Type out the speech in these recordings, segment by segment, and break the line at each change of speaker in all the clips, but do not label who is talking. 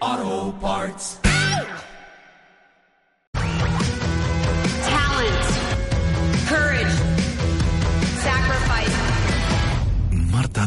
Auto parts.
talent, courage, sacrifice.
Marta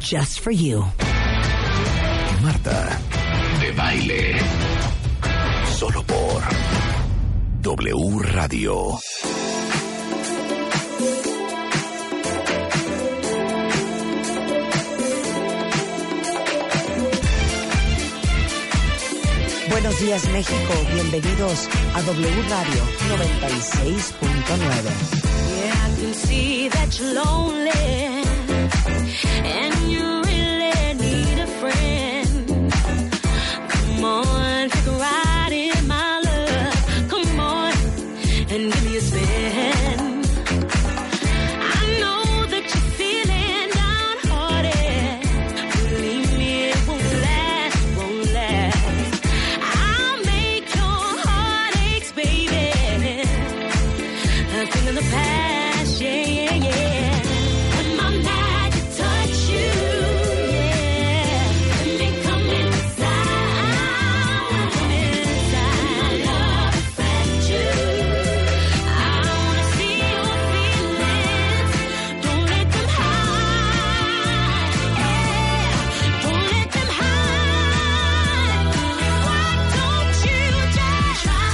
Just for you.
Marta de Baile. Solo por W Radio.
Buenos días, México. Bienvenidos a W Radio 96.9.
Yeah, I can see that you're lonely and you really need a friend. Come on, take a ride in my love. Come on and give me a spin. I know that you're feeling downhearted. Believe me, it won't last, won't last. I'll make your heartaches, baby nothing in the past, yeah, yeah, yeah. When my magic touch you, yeah, let me come inside, inside, love affect you. I wanna see your feelings, don't let them hide, yeah, don't let them hide. Why don't you just try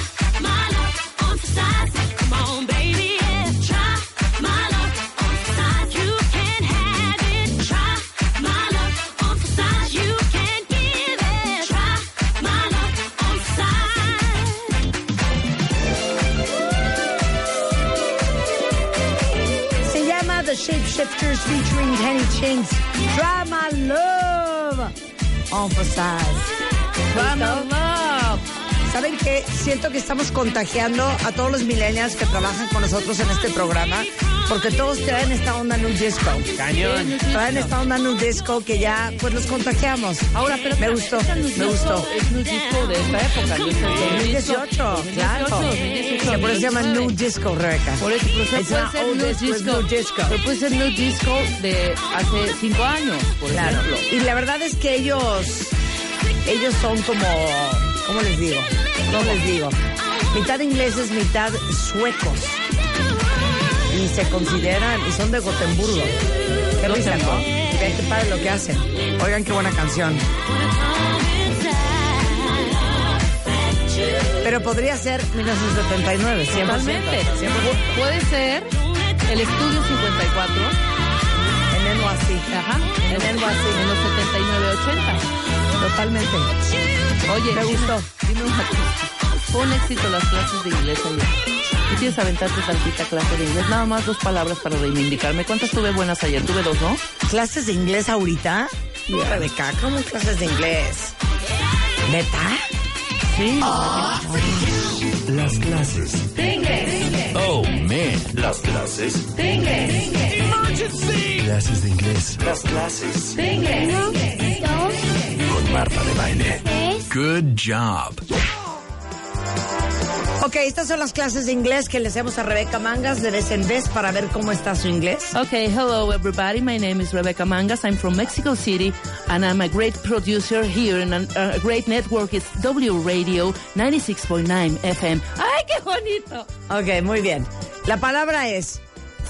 my love on for size? Come on, baby, yeah. Try my love on for size. You can have it. Try my love on for size. You can give it. Try my love on for size.
Se llama The Shapeshifters featuring Kenny Chinks. Drama Love. On for size. Drama Love. ¿Saben qué? Siento que estamos contagiando a todos los millennials que trabajan con nosotros en este programa, porque todos traen esta onda en un disco. Cañón. Traen esta onda en un disco que ya, pues los contagiamos. Ahora, pero me gustó, me gustó.
Es un disco de esta época. yo creo que-
2018, claro.
2018,
Que por eso se llama
2019.
New Disco, Rebeca.
Por eso, pero
Es
puede
una
ser
old
new
disco, es
disco.
new disco.
Pero puede ser new disco de hace cinco años, por
Claro.
ejemplo.
Y la verdad es que ellos, ellos son como, ¿cómo les digo? ¿Cómo les digo? Mitad ingleses, mitad suecos. Y se consideran, y son de Gotemburgo. Qué risa, ¿no? Y vean qué padre lo que hacen. Oigan qué buena canción. Pero podría ser 1979, 100%.
Totalmente. Pu- Puede ser el estudio 54.
En así.
Ajá. En los, en los 79, 80.
Totalmente.
Oye,
Me
dime-
gustó.
Dime una cosa. Fue un éxito las clases de inglés ayer. ¿No quieres aventarte tantita clase de inglés? Nada más dos palabras para reivindicarme. ¿Cuántas tuve buenas ayer? Tuve dos, ¿no?
¿Clases de inglés ahorita? Rebeca, ¿cómo clases de inglés? ¿Neta?
Sí.
Las clases. Oh, man. Las clases. Clases de inglés. Las clases. Con Marta de Baile. Good job.
Ok, estas son las clases de inglés que le hacemos a Rebeca Mangas de vez en vez para ver cómo está su inglés.
Okay, hello everybody. My name is Rebecca Mangas. I'm from Mexico City and I'm a great producer here in an- uh, a great network. It's W Radio 96.9 FM. ¡Ay, qué bonito!
Ok, muy bien. La palabra es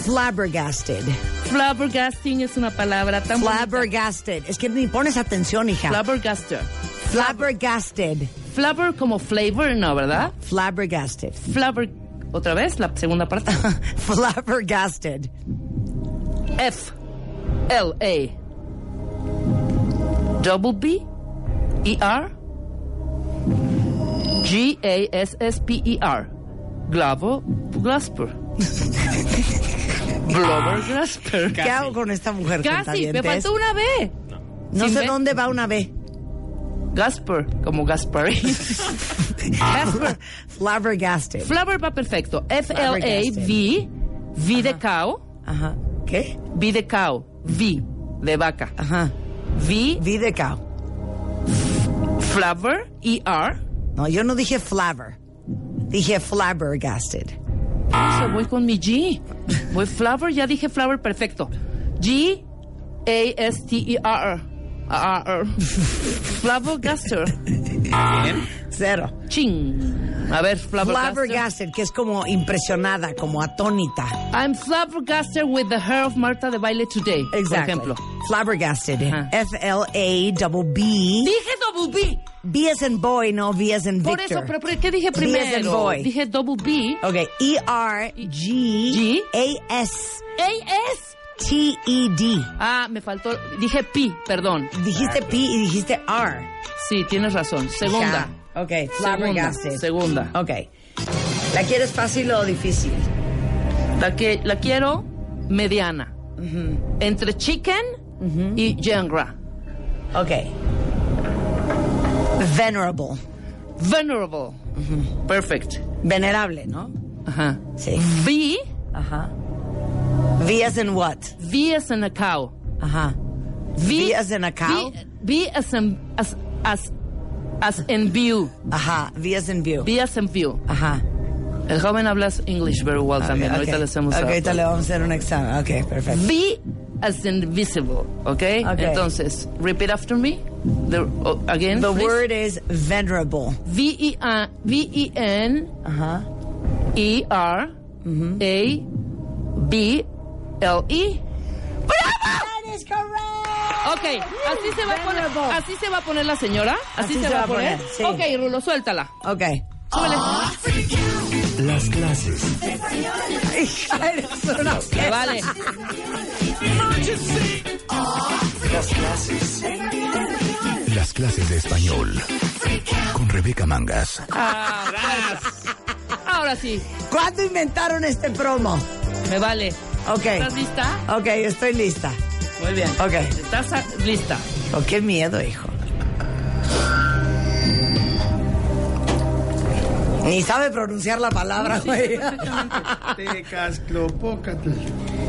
flabbergasted.
Flabbergasting es una palabra tan bonita.
Flabbergasted. Es que ni pones atención, hija.
Flabbergaster.
Flabbergasted.
Flabber como flavor, ¿no, verdad?
Flabbergasted.
Flabber... Otra vez, la segunda parte.
Flabbergasted.
F L A double B E R G A S S P E R Glavo Glasper Glover Glasper
¿Qué hago con esta mujer?
Casi, me
cuentavientes?
faltó una B
No
Sin
sé
B.
dónde va una B.
Gasper, como Gasparín Gasper
Flabbergasted.
Flower va perfecto F L A V V de cao
Ajá. ¿Qué?
V de cao V de vaca
Ajá.
V
Videcao.
Flower E R
No, yo no dije flabber. Dije flabbergasted.
Eso, voy con mi G. Voy flower, ya dije flower perfecto. G A S T E R R. R, R. Flabbergaster.
Cero.
Ching. A ver, flabbergaster.
Flabbergasted, que es como impresionada, como atónita.
I'm flabbergaster with the hair of Marta de baile today.
Exacto.
Por ejemplo.
Flabbergasted.
Ajá.
F-L-A-B-B.
Dije double B.
B as in boy, no B as in
Por
Victor.
eso, pero, pero ¿qué dije
B as in
primero?
boy.
Dije double B.
Ok, E
G.
E-R-G-A-S-T-E-D.
A S.
E
Ah, me faltó. Dije P, perdón.
Dijiste P y dijiste R.
Sí, tienes razón. Segunda.
Ya. Ok,
Segunda.
flabbergasted.
Segunda.
Ok. ¿La quieres fácil o difícil?
La, que, la quiero mediana. Entre chicken y genre.
Ok. Venerable.
Venerable. Perfect.
Venerable, ¿no?
Ajá.
Sí.
V,
Ajá. V as in what?
V as in a cow.
Ajá. V as in a cow?
V, V as in, as, as, as in view.
Ajá. V as in view.
V as in view.
Ajá.
El joven habla English very well también.
Ok,
Ahorita
ok.
le hacemos
Ok,
a-
ahorita le vamos a hacer un examen. Ok, perfecto.
V as in visible. Okay?
Ok.
Entonces, repeat after me. The, oh, again.
The
please.
word is venerable.
V E N V E N
Ajá.
E R A B L E.
That is correct.
Ok, así se va a poner,
Venerable.
así se va a poner la señora, así, se, va a poner.
sí.
Ok, Rulo, suéltala.
Ok.
Súbele.
Las clases.
Hija, eres una fiera.
Vale.
Las clases de español. Con Rebeca Mangas.
Ah, Ahora sí,
¿Cuándo inventaron este promo?
me vale.
Ok.
¿Estás lista?
Ok, estoy lista.
Muy bien.
Ok.
¿Estás a- lista?
Oh, qué miedo, hijo. Ni sabe pronunciar la palabra, güey.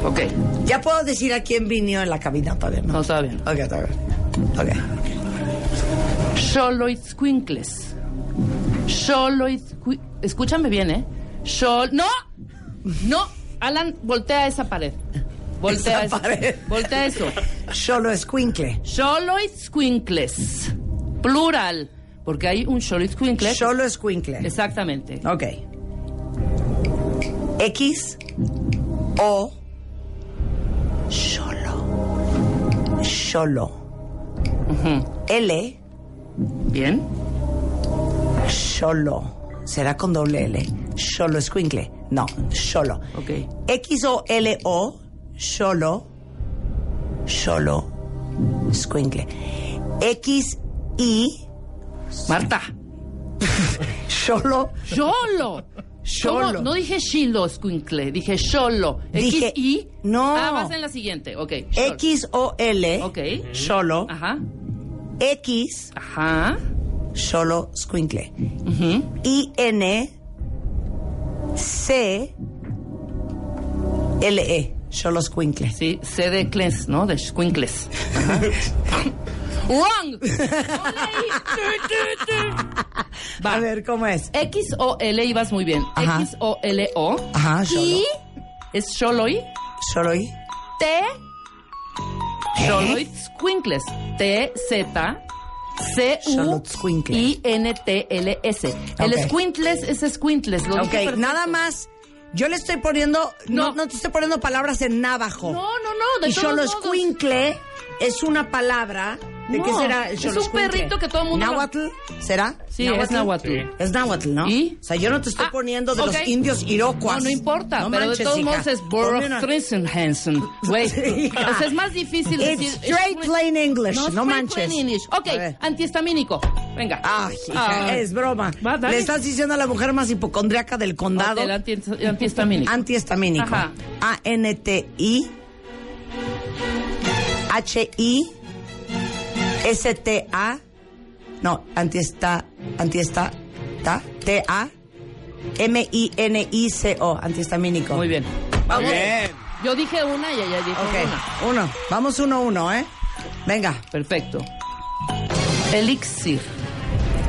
Ok.
ya puedo decir a quién vino en la cabina todavía, ¿no?
No está bien.
Ok, está bien. Ok.
Solo Squinkles. Solo Escúchame bien, ¿eh? Sol. ¡No! ¡No! Alan, voltea esa pared. Voltea
Esa
esa
pared.
Voltea eso.
Solo escuincle.
Solo Squinkles. Plural. Porque hay un solo Squinkles.
Solo escuincle.
Exactamente.
Ok. X O solo. Solo. L
Bien.
solo. Será con doble L. Solo escuincle. No, solo.
Ok.
X O L O solo. Solo escuincle. X I
Marta.
solo.
Solo.
Solo.
¿Cómo? No dije Shilo Squinkle, dije solo.
Dije-
X I.
No.
Ah, vas en la siguiente. Ok. Xolo.
X O L
Ok.
solo.
Ajá.
X
Ajá.
solo squinkle. I N C L E, solo squinkle.
Sí, C de Cles, ¿no? De Squinkles. Wrong. Va.
A ver cómo es.
X O L ibas muy bien.
Ajá.
X O L O.
Ajá,
Y
solo.
es Sholoi.
Solo I.
T. Sholoi Squinkles. T Z C U
Solo squinkle.
I N T L S. El
Ok.
Squinkles es Squinkles. Lo dije
Ok,
perfecto.
nada más. Yo le estoy poniendo, no,
No.
no te estoy poniendo palabras en navajo.
No, no, no, de
y
todos
solo
modos.
squinkle es una palabra ¿De qué
No,
será el
es un
xoloscuincle?
perrito que todo el mundo lo-
¿Náhuatl? ¿Será?
Sí, es náhuatl.
Es náhuatl, ¿no?
¿Y?
O sea, yo no te estoy
Ah,
poniendo de
ok.
los indios irocuas.
No, no importa, pero de todos modos es Borough Hansen. Güey.
hija.
O sea, es más difícil
It's
decir.
straight
es-
plain English,
es
no
straight
manches.
plain English. Ok,
A ver.
antihistamínico. Venga.
Ay, hija,
Ah.
es broma.
Va, dale.
Le estás diciendo a la mujer más hipocondriaca del condado.
Del anti- antihistamínico.
Antihistamínico.
Ajá.
A-N-T-I. H-I. S-T-A. No, antiesta. Antiesta. ta- T-A. M-I-N-I-C-O. Antihistamínico.
Muy bien. Vamos.
Bien.
Yo dije una y ella dijo una.
Ok, uno. Vamos uno a uno, ¿eh? Venga.
Perfecto. Elixir.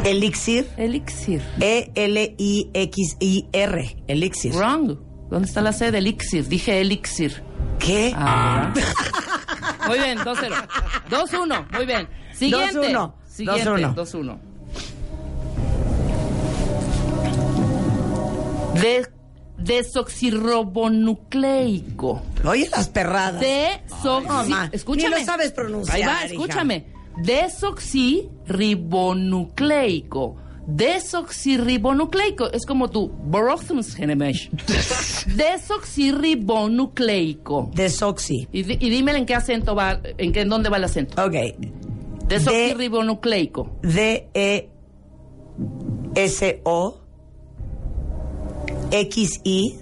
Elixir. E
Elixir.
E-L-I-X-I-R. Elixir.
Wrong. ¿Dónde está la sede? Elixir. Dije elixir.
¿Qué?
Ah. Muy bien, 2-0. 2-1. Muy bien. Siguiente.
2-1.
Siguiente.
2-1.
2-1. De- desoxirribonucleico.
Oye las perradas. No,
Desoxi.
ma,
escúchame.
ni lo sabes pronunciar,
Ahí va,
hija.
escúchame. Desoxirribonucleico. Desoxirribonucleico. Es como tu Borothunsgenemesh. Desoxirribonucleico.
Desoxy.
Y, di- y dímelo en qué acento va, en, qué, en dónde va el acento.
Ok.
Desoxirribonucleico.
E D-E-S-O X-I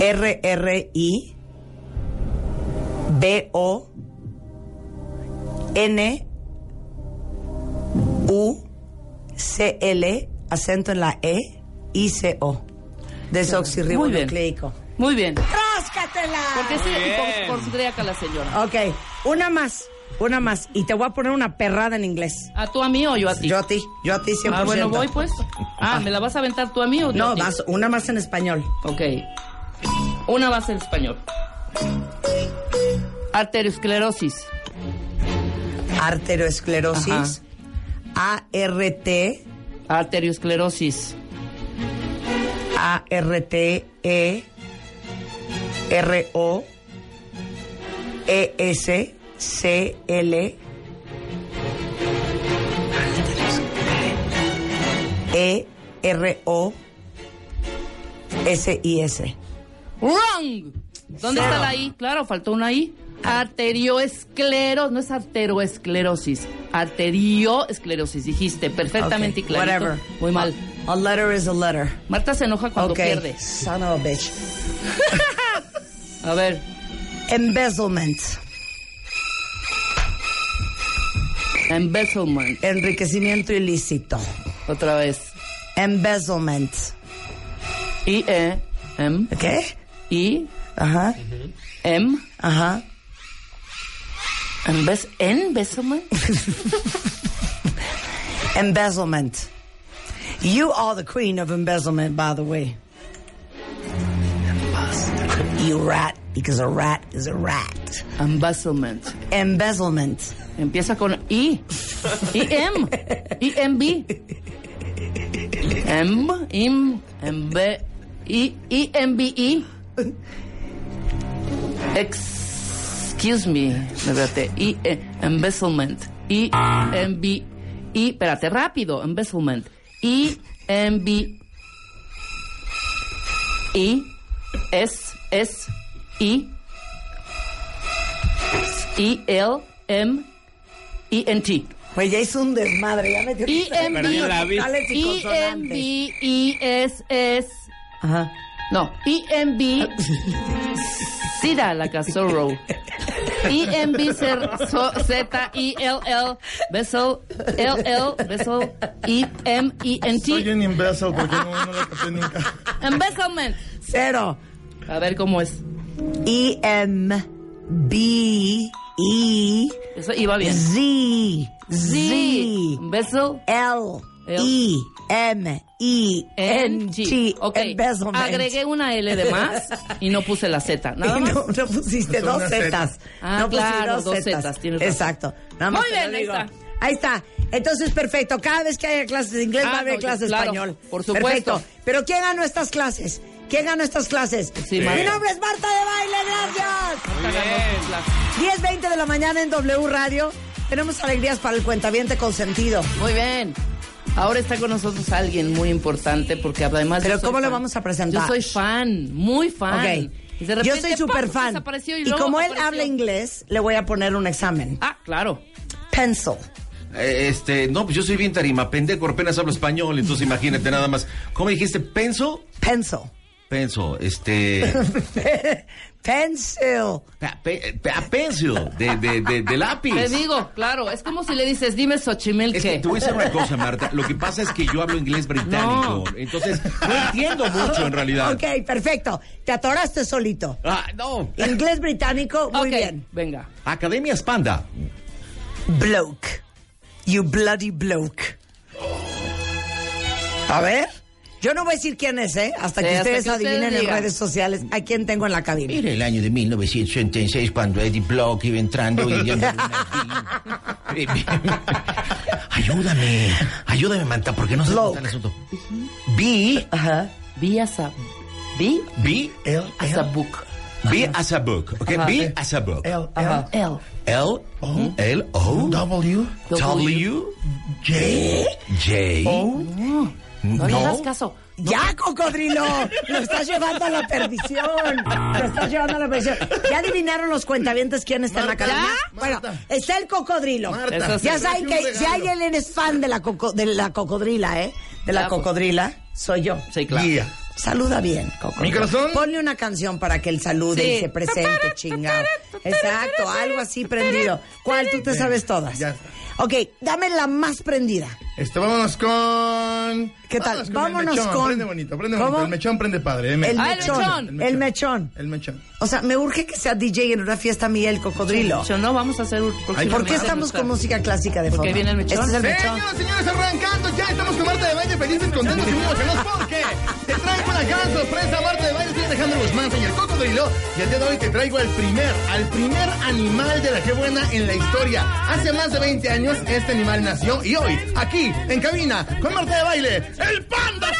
R-R-I B-O N U C-L acento en la E I-C-O desoxirribonucleico
Muy bien.
¡Ráscatela!
Porque es hipocondríaca la señora.
Ok, una más, una más. Y te voy a poner una perrada en inglés.
¿A tú a mí o yo a ti?
Yo a ti, yo a ti 100%.
ah, bueno, voy pues. Ah, ¿me la vas a aventar tú a mí o yo a
No,
ti?
vas, una más en español.
Ok. Una va a ser español. Arteriosclerosis.
Arteroesclerosis. A-R-T,
Arteriosclerosis.
A-R-T-E, R-O, E E-S, C-L, E, R-O, S-I-S.
¡Wrong! ¿Dónde está la I? Claro, faltó una I. Arterioesclerosis. No es arteroesclerosis. Arterioesclerosis. Dijiste perfectamente
Ok,
y clarito.
whatever. Ah.
Muy mal.
A letter is a letter.
Marta se enoja cuando
okay.
pierde.
Son of a bitch.
A ver.
Embezzlement.
Embezzlement.
Enriquecimiento ilícito.
Otra vez.
Embezzlement.
E, I-E-M.
¿Qué?
I-M.
Ajá. Ajá.
Embez- Embezzlement.
Embezzlement. You are the queen of embezzlement, by the way. You rat, because a rat is a rat.
Embezzlement.
Embezzlement.
Empieza con I. I-M. I-M-B. M. Im. M-B. I-I-M-B-I. Excuse me. Espérate. I. eh, Embezzlement. I-M-B. I. Espérate, rápido. Embezzlement. I-M-B. I. S. S. I. I. L. M. E-N-T.
Pues ya hizo un desmadre, ya metió
E-M-B.
vocales y consonantes.
E-M-B-E-S-S.
Ajá.
No, E E-M-B. Sida la E Cazorro. E-M-B Z-I-L-L. Vessel. L-L. Vessel.
Soy
E-M-E-N-T.
un imbécil porque no, no la capté nunca.
Embezzlement.
Cero.
A ver cómo es.
E M B E
Eso iba bien.
Z
Sí.
Z
Vessel.
L
L.
E M E N T
N-G. Ok.
embezzlement.
Agregué una L de más y no puse la Z. Nada
Y
más.
no, no pusiste
Son
dos
unas
zetas.
zetas.
Ah,
no
claro, dos
zetas.
zetas, tienes razón.
Exacto. Nada más
Muy
te
bien,
lo
ahí
digo.
está.
Ahí está. Entonces, perfecto. Cada vez que haya clases de inglés
Ah,
va a haber
no,
clases de
claro,
español.
por supuesto.
Perfecto. Pero ¿quién ganó estas clases? ¿Quién ganó estas clases?
Sí,
Mi
Marta.
nombre es Marta de Baile, gracias.
Marta ganó sus clases.
10.20 de la mañana en W Radio. Tenemos alegrías para el cuentaviente consentido.
Muy bien. Ahora está con nosotros alguien muy importante porque además.
Pero
yo soy
¿cómo lo
fan.
vamos a presentar?
Yo soy fan, muy fan.
Ok.
Y de
Yo
repente,
soy
¡pam!
súper fan.
desapareció
Y,
Y, luego
como él
apareció.
habla inglés, le voy a poner un examen.
Ah, claro.
Pencil.
Eh, Este, no, pues yo soy bien tarima, pendejo, apenas hablo español, entonces imagínate nada más. ¿Cómo dijiste? ¿Penso?
Pencil.
Penso, este.
Pencil.
pa- pe- eh, pe- A penso, de, de, de, de lápiz.
Te digo, claro. Es como si le dices, dime Xochimilque.
Es que te voy a decir una cosa, Marta. Lo que pasa es que yo hablo inglés británico. Entonces, no entiendo mucho en realidad.
Ok, perfecto. Te atoraste solito.
Ah, no.
Inglés británico, muy
Ok,
bien.
Venga.
Academia Spanda.
Bloke. You bloody bloke. A ver. Yo no voy a decir quién es, ¿eh? Hasta
Sí,
que
hasta
ustedes
que ustedes
adivinen en
digan.
redes sociales a quién tengo en la cabina.
Era el año de 1976 cuando Eddie Block iba entrando y Ayúdame, ayúdame, Manta, porque no sé cómo está el asunto. B,
Ajá. Vi asa. Vi
B, L,
asa book.
B as a book, okay?
Ajá.
B as a book. L,
Ajá. L.
L, O, L, O,
W.
W,
J.
J.
No, le hagas
No,
caso.
¡Ya, cocodrilo! ¡Lo estás llevando a la perdición!
Ah.
¡Lo estás llevando a la perdición! ¿Ya adivinaron los cuentavientes quién está
Marta,
en la cabina?
¿ya?
Bueno,
Marta.
está el cocodrilo.
Marta,
Eso sí.
Ya
te
saben
traje
que
un
si
regalo.
alguien es fan de la, coco- de la cocodrila, ¿eh? De la
Ya, pues.
cocodrila, soy yo.
Sí, claro.
Guía.
Saluda bien, Coco.
¿Mi corazón?
Ponle una canción para que él salude
Sí.
y se presente, chingado. Exacto, algo así prendido. ¿Cuál? Tú te sabes todas.
ya está.
Ok, dame la más prendida.
Este, vámonos con.
¿Qué tal?
Vámonos
Vámonos
con. el mechón.
con-
Prende bonito, prende
¿Cómo?
bonito. El mechón prende padre. eh, me-
El
Ah, el
mechón.
mechón.
El mechón.
El mechón.
O sea, me urge que sea DJ en una fiesta Miguel Cocodrilo.
Yo no vamos a hacer un
Ay,
¿Por qué estamos con música clásica de fondo?
viene el mechón.
Este es el mechón.
Señoras, señores, arrancando ya. Estamos con Marta de Valle, felices, contentos y emocionados porque te traigo una gran sorpresa. Marta de Valle, soy Alejandro Guzmán, soy el cocodrilo. Y el día de hoy te traigo al primer, al primer animal de la que buena en la historia. Hace más de 20 años este animal nació y hoy, aquí, en cabina, con Marta de Baile, el panda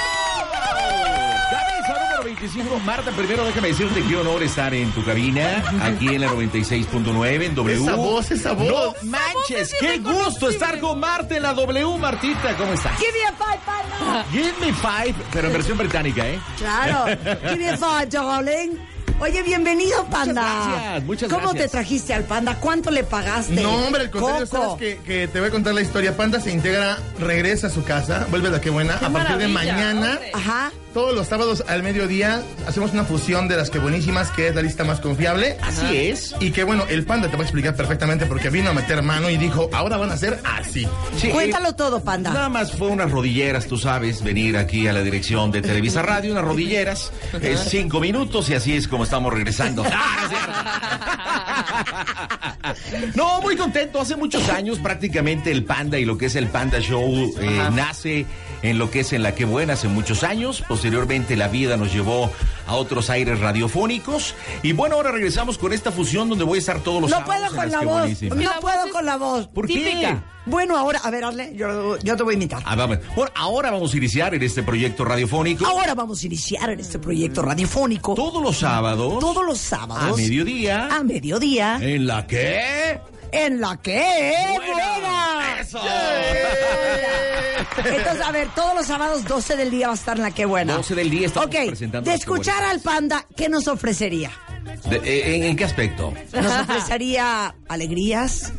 Zambrano.
Cabeza número 25. Marta, primero déjame decirte que honor estar en tu cabina, aquí en la 96.9, en W.
Esa voz, esa voz.
No
Esa
manches, qué gusto estar con Marta en la W, Martita, ¿cómo estás?
Give me a five, panda.
Give me five, pero en versión británica, ¿eh?
Claro. Give me a five, darling. Oye, bienvenido, panda.
gracias, muchas
¿Cómo
gracias.
te trajiste al panda? ¿Cuánto le pagaste?
No, hombre, el contrario,
Coco.
sabes que, que te voy a contar la historia. Panda se integra, regresa a su casa, vuelve a la que buena. a partir de
maravilla,
mañana,
hombre.
Ajá.
todos los sábados al mediodía, hacemos una fusión de las que buenísimas, que es la lista más confiable.
Así es.
Y que bueno, el panda te va a explicar perfectamente porque vino a meter mano y dijo, ahora van a ser así.
Sí,
Cuéntalo todo,
eh,
panda.
Nada más fue unas rodilleras, tú sabes, venir aquí a la dirección de Televisa Radio, unas rodilleras, eh, cinco minutos y así es como estamos regresando. No, muy contento. Hace muchos años prácticamente el Panda y lo que es el Panda Show eh, nace en lo que es en La Que Buena hace muchos años. Posteriormente la vida nos llevó a otros aires radiofónicos. Y bueno, ahora regresamos con esta fusión donde voy a estar todos los
No puedo
sábados en
con
Las
la
Que
voz.
Buenísimas.
No
la voz
puedo
es
con la voz.
¿Por qué?
Típica.
Bueno, ahora, a ver, Arle, yo, yo te voy a imitar.
Ah, vamos. Bueno, ahora vamos a iniciar en este proyecto radiofónico.
Ahora vamos a iniciar en este proyecto radiofónico.
Todos los sábados.
todos los sábados.
A mediodía.
A mediodía.
¿Eh?
¿En la que?
En la que es buena.
¡Eso!
Entonces, a ver, todos los sábados 12 del día va a estar en la que buena.
12 del día estamos
Ok,
presentando
de
las Qué
escuchar
Buenas.
al panda, ¿qué nos ofrecería?
De- eh, ¿en- ¿En qué aspecto?
Nos ofrecería alegrías,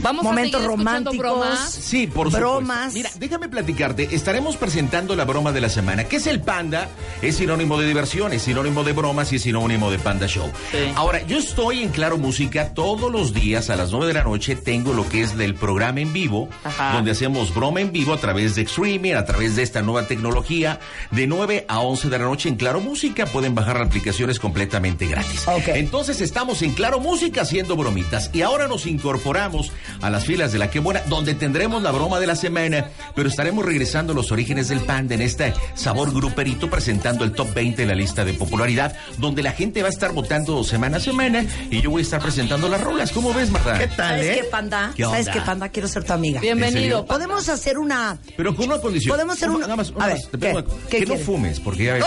Vamos
momentos
a seguir escuchando
románticos,
bromas.
Sí, por
bromas.
supuesto. Mira, déjame platicarte. Estaremos presentando la broma de la semana. ¿Qué es el panda? Es sinónimo de diversión, es sinónimo de bromas y es sinónimo de panda show.
Sí.
Ahora, yo estoy en Claro Música todos los días a las 9 de la noche. Tengo lo que es del programa en vivo,
Ajá.
donde hacemos broma en vivo a través de streaming, a través de esta nueva tecnología. De 9 a 11 de la noche en Claro Música pueden bajar las aplicaciones completamente gratis.
Ok.
Entonces estamos en Claro Música haciendo bromitas y ahora nos incorporamos a las filas de la que buena, donde tendremos la broma de la semana, pero estaremos regresando a los orígenes del panda en este sabor gruperito presentando el top 20 de la lista de popularidad, donde la gente va a estar votando semana a semana y yo voy a estar presentando las rolas. ¿Cómo ves, Marta?
¿Sabes qué, eh? panda?
¿eh? ¿Qué
¿Sabes
onda?
qué, panda? Quiero ser tu amiga.
Bienvenido, ¿En serio? panda.
Podemos hacer una...
Pero con una condición.
Podemos hacer
Una-
un-
Nada más, una
a ver,
más, te pido
¿qué?
una cosa.
¿Qué
que no
quieres?
fumes, porque ya ves.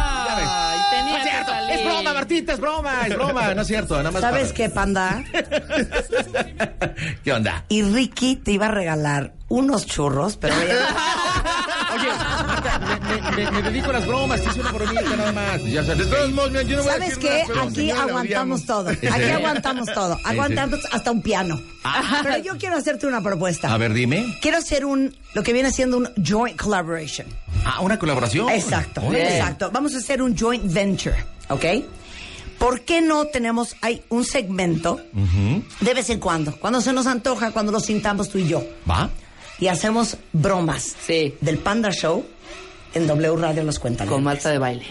Ay, tenía
No es ¡Oh, cierto, es broma, Martita, es broma, es broma, no es cierto, nada más.
¿Sabes
para-
qué, panda?
¿Qué onda?
Y Ricky te iba a regalar unos churros, pero...
Oye, Marta, me, me- me- me dedico a las bromas, te hice una bromita nada más. Ya sabes.
De todos modos, mira, yo no voy a
¿Sabes
decir
qué?
nada, pero
Aquí
señora, la
aguantamos
odiamos.
todo.
¿En
Aquí
serio?
aguantamos todo.
¿En serio?
Aguantamos hasta un piano.
Ah.
Pero yo quiero hacerte una propuesta.
A ver, dime.
Quiero hacer un, lo que viene siendo un joint collaboration.
Ah, una
Oh,
colaboración.
Exacto,
Órale.
exacto. Vamos a hacer un joint venture, ¿ok? ¿Por qué no tenemos, hay un segmento
Ujú.
de vez en cuando, cuando se nos antoja, cuando lo sintamos tú y yo,
¿Va?
y hacemos bromas del Panda Show en W Radio Los Cuentan.
Con Marta de baile.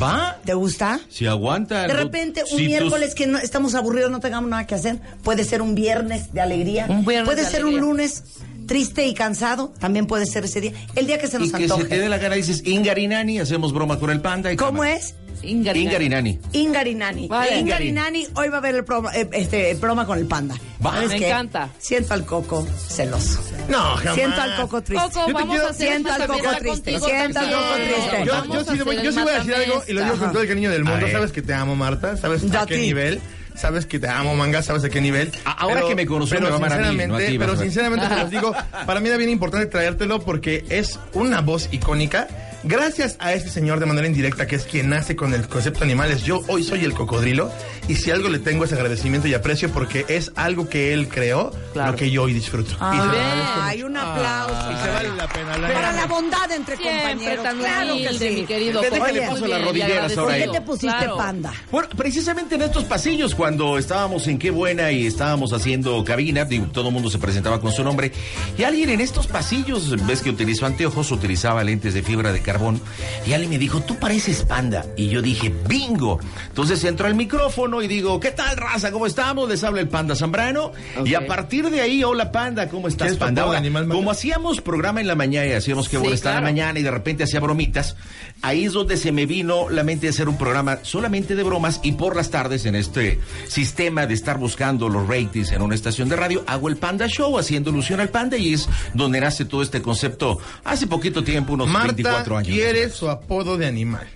¿Va?
¿Te gusta?
Si aguanta.
De
no-
repente, un
si tus-
miércoles que no, estamos aburridos, no tengamos nada que hacer. Puede ser un viernes de alegría.
Un viernes
puede
de
ser un
alegría.
lunes triste y cansado. También puede ser ese día. El día que se
Y
nos
que se te
antoje.
dé la gana, dices Ingarinani, hacemos broma con el panda. Y
¿Cómo
cámara.
es?
Ingarinani.
Ingarinani.
Vale.
Ingarinani, hoy va a haber el promo, eh, este, el promo con el panda.
Va.
¿Sabes
Me
qué?
encanta.
Siento al coco celoso.
No, jamás.
Siento al coco triste.
Coco,
te
vamos
quiero-
a hacer
Siento
esta
al coco
fiesta
triste,
contigo
siento al coco
también.
triste.
Yo,
Vamos
yo
a
sí, le voy-
hacer
yo
el
sí voy a decir algo y lo digo
Ajá.
con todo el cariño del mundo.
ver.
Sabes que te amo, Marta. Sabes a
Dati.
qué nivel. Sabes que te amo, manga. Sabes a qué nivel.
A- ahora que me conoció,
pero
me va a amar a mí, no a ti,
sinceramente,
vas a
pero
ver.
sinceramente te los digo, para mí era bien importante traértelo porque es una voz icónica. Gracias a este señor de manera indirecta, que es quien nace con el concepto de animales, yo hoy soy el cocodrilo y si algo le tengo es agradecimiento y aprecio porque es algo que él creó, lo que yo hoy disfruto.
Ah,
Y se lo agradezco.
Ay, un aplauso.
Y se vale la pena. la neta.
Para la bondad entre
Siempre
compañeros.
tan
claro que
humilde,
sí.
mi querido.
Déjale,
Coco.
puso
Muy
las
bien, y
rodilleras
agradecido.
ahora
¿Por qué
él.
te pusiste
Claro.
panda?
Bueno, precisamente en estos pasillos, cuando estábamos en Qué Buena y estábamos haciendo cabina, digo, todo el mundo se presentaba con su nombre, y alguien en estos pasillos, ves que utilizó anteojos, utilizaba lentes de fibra de carbón, y alguien me dijo, tú pareces panda. Y yo dije, bingo. Entonces entro al micrófono y digo, ¿qué tal, raza? ¿Cómo estamos? Les habla el panda Zambrano. Y a partir de ahí, hola panda, ¿cómo
¿Quieres
estás,
tu
panda?
apodo,
Ahora,
animal
como
mayor?
Pues hacíamos programa en la mañana y hacíamos Qué
Sí,
Buena está en la
claro.
mañana, mañana y de repente hacía bromitas. Ahí es donde se me vino la mente de hacer un programa solamente de bromas y por las tardes en este sistema de estar buscando los ratings en una estación de radio, hago el Panda Show haciendo alusión al panda y es donde nace todo este concepto hace poquito tiempo, unos
Marta
24 años.
quiere su apodo de animal.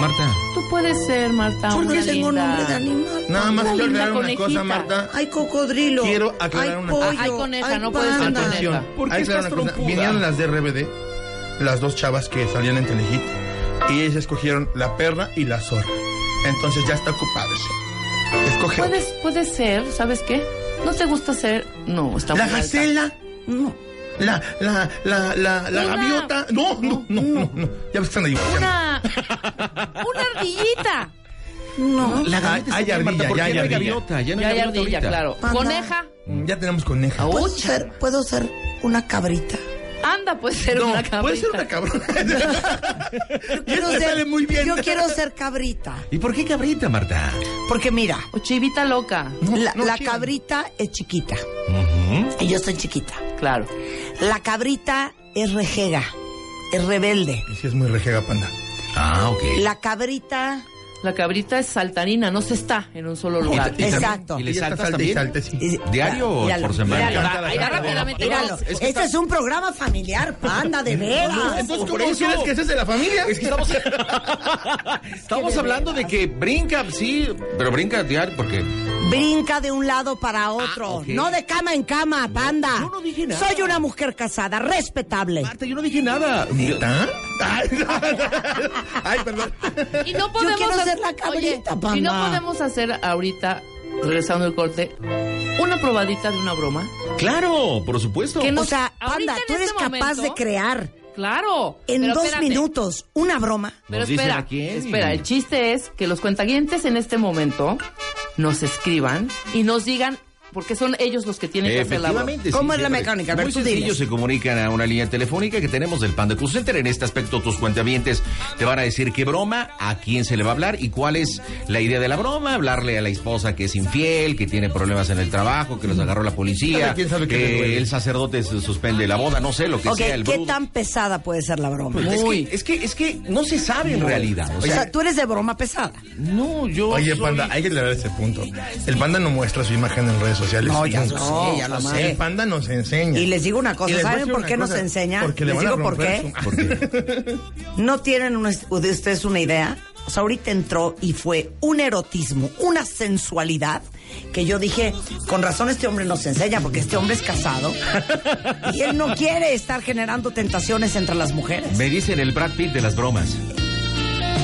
Marta.
Tú puedes ser, Marta,
Yo no
una
tengo
linda.
nombre de animal.
Nada más
Ay,
quiero
la
aclarar una
conejita.
cosa, Marta.
Ay, cocodrilo.
Quiero aclarar
Ay,
una-
pollo.
Ay, coneja,
Ay,
no puede ser
panda.
coneja.
Atención,
¿Por qué
hay que aclarar
estás
una cosa.
trompuda?
Vinieron las de RBD, las dos chavas que salían en Telehit, y ellas escogieron la perra y la zorra. Entonces ya está ocupado ese. Escoge.
Puedes, puedes ser, ¿sabes qué? ¿No te gusta ser? No, está
La
muy alta.
gacela. No. La, la, la, la, la
Una.
gaviota. No, no, no, no, no. Ya me están ahí.
Una, una ardillita.
No.
La gaviota. Hay, hay ardilla, ya hay ardilla.
ya no
Ya hay
gaviota
ardilla,
ahorita.
claro.
Panda.
Coneja.
Mm, Ya tenemos coneja.
¿Puedo
Aucha.
ser, ¿Puedo ser una cabrita?
Anda, puede ser
No,
una cabrita.
puede ser una cabrona. Y eso sale muy bien.
Yo quiero ser cabrita.
¿Y por qué cabrita, Marta?
Porque mira,
O chivita loca.
la,
no,
la
chiva.
cabrita es chiquita.
Ujú.
Y yo soy chiquita.
Claro.
La cabrita es rejega, es rebelde.
Sí, es muy rejega, panda.
Ah, ok.
La cabrita
La cabrita es saltarina, no se está en un solo
Y ta- y
lugar.
también-
Exacto.
¿Y le
Ella está
saltas
salte y salte,
también?
sí.
es-
¿Diario o
Míralo,
por semana?
míralo,
Ahora, ahora
míralo,
rápidamente,
míralo.
vamos.
Es que
este
está-
es un programa familiar, panda, de veras.
Entonces,
Por
¿cómo
eso-
quieres que seas de la familia?
Es que estamos, estamos hablando de que brinca, sí, pero brinca diario porque
Brinca de un lado para otro,
Ah, ok.
no de cama en cama, panda.
yo no dije nada.
Soy una mujer casada, respetable.
Marta, yo no dije nada.
¿Neta? Ay, Ay, perdón.
Y no
Yo
podemos
quiero
hacer-
ser la cabrita,
Oye,
panda.
Y no podemos hacer ahorita, regresando el corte, una probadita de una broma.
Claro, por supuesto. Pues,
¿Qué no-
o sea,
ahorita
panda,
en
tú eres
este
capaz
momento-
de crear
Claro.
en
pero
dos
espérate.
minutos una broma.
Pero
Nos dicen
espera,
a quién.
espera, el chiste es que los cuentaguientes en este momento nos escriban y nos digan porque son ellos los que tienen que hacer la labor.
Efectivamente, sí, siempre.
A ver,
Muy
tú
sencillo,
diles.
se comunican a una línea telefónica que tenemos del Panda Call Center. En este aspecto, tus cuentavientes te van a decir qué broma, a quién se le va a hablar y cuál es la idea de la broma. Hablarle a la esposa que es infiel, que tiene problemas en el trabajo, que los agarró la policía,
Ay, quién sabe qué le
que
duele.
el sacerdote se suspende la boda, no sé, lo que
Ok,
sea. El
¿qué
brujo.
tan pesada puede ser la broma?
Pues es que- Muy. Es que, es que, no se sabe en realidad.
O
o
sea,
sea-
tú eres de broma pesada.
No, yo.
Oye, panda, hay que aclarar ese punto. El panda no muestra su imagen en redes sociales.
No, ya
Nunca.
lo sé, ya lo sé.
El panda nos enseña.
Y les digo una cosa,
Y les voy a
¿saben
decir
por
una
qué nos
cosa,
enseña?
Porque le
les
van a
digo por
romper
qué.
su-
¿No tienen un- de ustedes una idea? O sea, ahorita entró y fue un erotismo, una sensualidad, que yo dije, con razón este hombre nos enseña, porque este hombre es casado y él no quiere estar generando tentaciones entre las mujeres.
Me dicen el Brad Pitt de las bromas.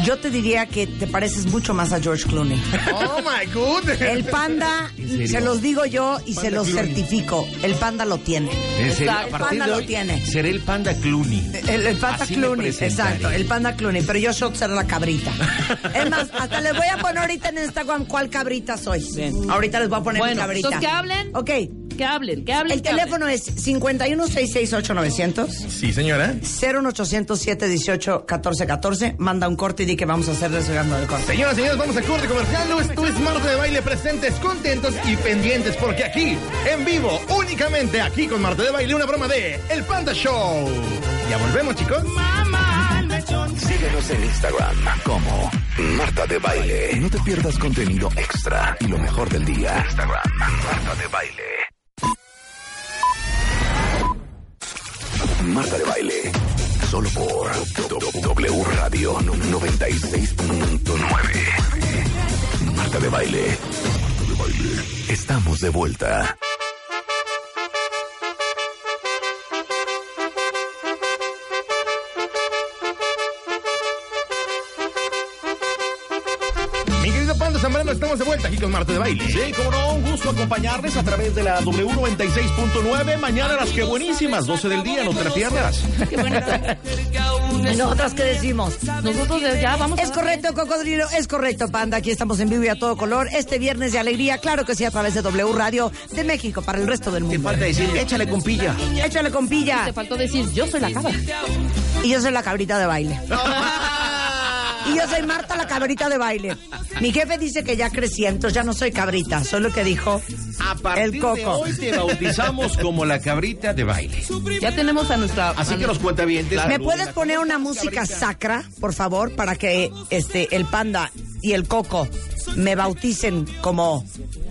Yo te diría que te pareces mucho más a George Clooney.
Oh my goodness.
El panda,
¿En serio?
se los digo yo y se los
Clooney.
certifico, el panda lo tiene.
En serio, Eh, a
El
partir
panda
de
lo
hoy,
tiene. Eh,
Seré el panda Clooney.
El, el panda
Así me
Clooney,
presentaré.
exacto, el panda Clooney, pero yo soy ser la cabrita. Es más, hasta les voy a poner ahorita en Instagram cuál cabrita soy. Ahorita les voy a poner mi
Bueno,
cabrita.
entonces, que hablen.
Ok.
Que hablen, que hablen.
El teléfono es 51 900
Sí, señora.
01800 718 1414. Manda un corte y di que vamos a hacer desgando del corte.
Señoras y señores, vamos al corte comercial. Esto es Marta de Baile presentes, contentos y pendientes, porque aquí, en vivo, únicamente aquí con Marta de Baile, una broma de El Panda Show. Ya volvemos, chicos.
Síguenos en Instagram como Marta de Baile. No te pierdas contenido extra y lo mejor del día. Instagram, Marta de Baile. Marta de Baile. Solo por W Radio 96.9. Marta de Baile. Estamos de vuelta.
Mi querido Panda Zambrano, estamos de vuelta aquí con Marta de Baile.
Sí, como no, un gusto acompañarles a través de la W96.9. Mañana las que buenísimas, 12 del día, no te la pierdas.
Nosotras, ¿qué decimos?
Nosotros ya vamos a
Es correcto, Cocodrilo, es correcto, Panda. Aquí estamos en vivo y a todo color. Este viernes de alegría, claro que sí, a través de W Radio de México para el resto del
Te
mundo.
falta decir, échale compilla.
Échale con pilla.
Te faltó decir, yo soy la cabra.
Y yo soy la cabrita de baile. Y yo soy Marta, la cabrita de baile. Mi jefe dice que ya crecí, entonces ya no soy cabrita. Soy lo que dijo
A
el
partir de
coco.
hoy te bautizamos como la cabrita de baile.
Ya tenemos a nuestra.
Así
a
que los cuentavientes.
¿Me
saluden
puedes
a-
poner una música sacra, por favor, para que este el panda y el coco me bauticen como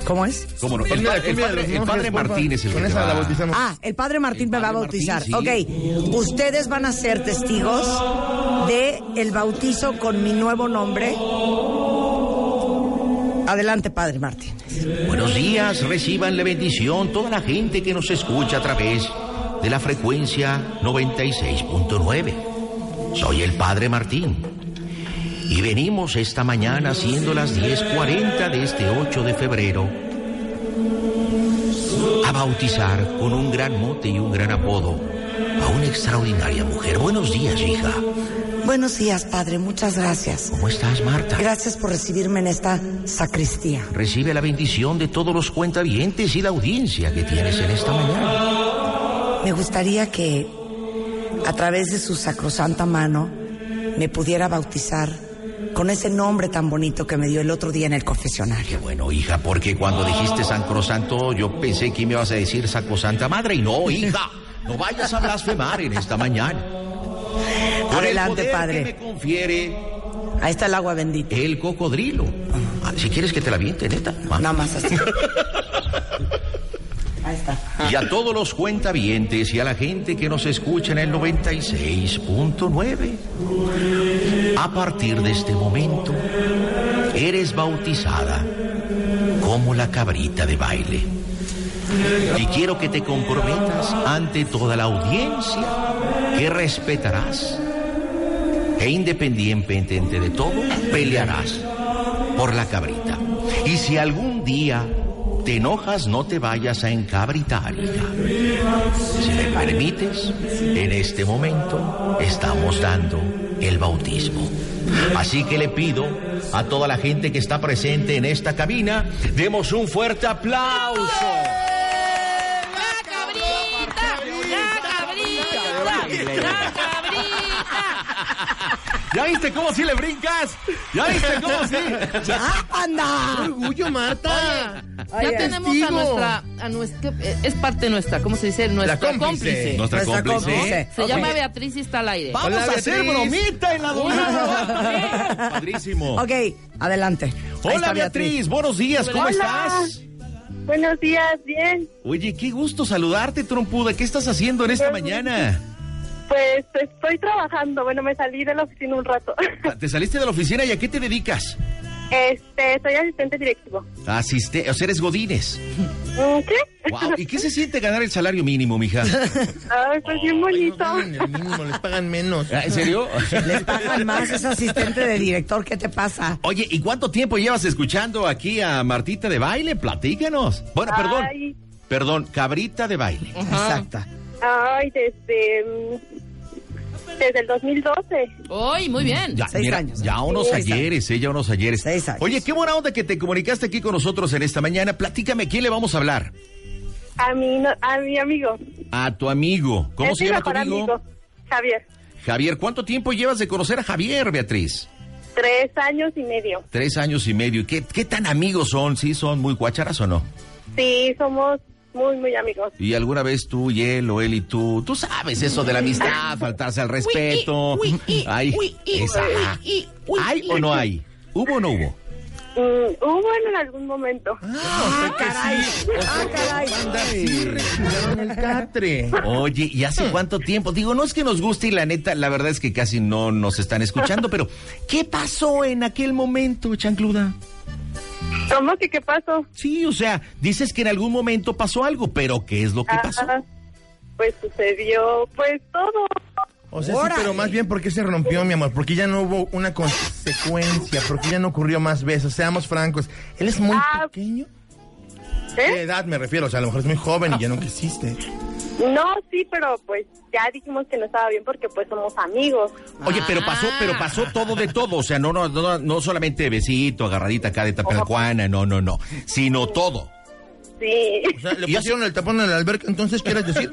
¿Cómo es?
¿Cómo no? El, pa- el padre, el padre Martín es el que
Con
te
esa la
va-
bautizamos.
Ah, el padre Martín me va a
padre
bautizar.
Martín,
Ok, ustedes van a ser testigos de el bautizo con mi nuevo nombre. Adelante, padre Martín.
Buenos días, reciban la bendición toda la gente que nos escucha a través de la frecuencia 96.9. Soy el Padre Martín y venimos esta mañana siendo las 10.40 de este 8 de febrero a bautizar con un gran mote y un gran apodo a una extraordinaria mujer. Buenos días, hija.
Buenos días, padre. Muchas gracias.
¿Cómo estás, Marta?
Gracias por recibirme en esta sacristía.
Recibe la bendición de todos los cuentavientes y la audiencia que tienes en esta mañana.
Me gustaría que a través de su sacrosanta mano me pudiera bautizar con ese nombre tan bonito que me dio el otro día en el confesionario.
Qué bueno, hija, porque cuando dijiste Sacrosanto, yo pensé que me ibas a decir Sacrosanta Madre, y no, hija, no vayas a blasfemar en esta mañana. Por el
Adelante,
poder
padre.
Que me confiere
Ahí está el agua bendita.
el cocodrilo. Ah, Si quieres que te la viente, neta. Ah.
Nada más así. Ahí está.
Y a todos los cuentavientes y a la gente que nos escucha en el 96.9. A partir de este momento, eres bautizada como la cabrita de baile. Y quiero que te comprometas ante toda la audiencia que respetarás e independientemente de todo, pelearás por la cabrita. Y si algún día te enojas, no te vayas a encabritar, hija. Si me permites, en este momento estamos dando el bautismo. Así que le pido a toda la gente que está presente en esta cabina. Demos un fuerte aplauso. ¿Ya viste cómo sí le brincas? ¿Ya viste cómo sí?
¡Ya, anda!
¡Orgullo, Marta!
Ya tenemos a nuestra, a nuestra, eh, es parte nuestra, ¿cómo se dice? Nuestra
cómplice.
cómplice.
Nuestra cómplice.
Se llama Beatriz y está al aire.
Vamos
Hola,
a hacer
Beatriz.
bromita en la domingo. Padrísimo.
Ok, adelante. Ahí
Hola
está
Beatriz. buenos días, ¿cómo
Hola.
estás?
Buenos días, bien.
Oye, qué gusto saludarte, trompuda. ¿Qué estás haciendo en esta mañana?
Pues estoy trabajando. Bueno, me salí de la oficina un rato.
Te saliste de la oficina y a qué te dedicas?
Este, soy asistente directivo.
Asiste, o sea, eres Godines.
Mm, ¿Qué?
Wow. ¿Y qué se siente ganar el salario mínimo, mija?
Ay, pues bien bonito.
En el mínimo, les pagan menos.
Ah, ¿En serio?
Les pagan más, es asistente de director, ¿qué te pasa?
Oye, ¿y cuánto tiempo llevas escuchando aquí a Martita de baile? Platícanos. Bueno, perdón.
Ay.
Perdón, cabrita de baile.
Exacta.
Ay, desde. mm, Desde el 2012.
Hoy, muy bien.
Ya,
Seis años.
ya unos
Seis
ayeres, eh, ya unos ayeres.
Seis años.
Oye, qué buena onda que te comunicaste aquí con nosotros en esta mañana. Platícame, ¿a quién le vamos a hablar?
A mi, no- a mi amigo.
A tu amigo. ¿Cómo
Es
se
mi
llama tu
mejor
amigo?
Javier.
Javier, ¿cuánto tiempo llevas de conocer a Javier, Beatriz?
Tres años y medio.
Tres años y medio. ¿Y ¿Qué, qué tan amigos son? ¿Sí son muy cuacharas o no?
Sí, somos muy, muy amigos.
Y alguna vez tú y él o él y tú, tú sabes eso de la amistad, faltarse al respeto. Ay, esa- ¿Hay o no hay? ¿Hubo o no hubo?
Mm, hubo en algún momento.
Ah, caray. Ah, caray.
Tiraron el catre.
Oye, ¿y hace cuánto tiempo? Digo, no es que nos guste y la neta, la verdad es que casi no nos están escuchando, pero ¿qué pasó en aquel momento, Chancluda?
¿Cómo que qué pasó?
Sí, o sea, dices que en algún momento pasó algo, pero ¿qué es lo
Ah.
que pasó?
Ajá. Pues sucedió, pues todo.
O sea, sí, pero más bien porque se rompió, mi amor, porque ya no hubo una consecuencia, porque ya no ocurrió más veces, seamos francos. Él es muy
Ah.
pequeño. ¿Qué
¿Eh?
edad me refiero? O sea, a lo mejor es muy joven y ya no quisiste.
No, sí, pero pues ya dijimos que no estaba bien porque pues somos amigos.
Oye, pero pasó, pero pasó todo de todo, o sea, no, no, no, no solamente besito, agarradita acá de tapelacuana, no, no, no, sino todo.
Sí.
O sea, le
Y
pusieron el tapón en la alberca, entonces, ¿quieres decir?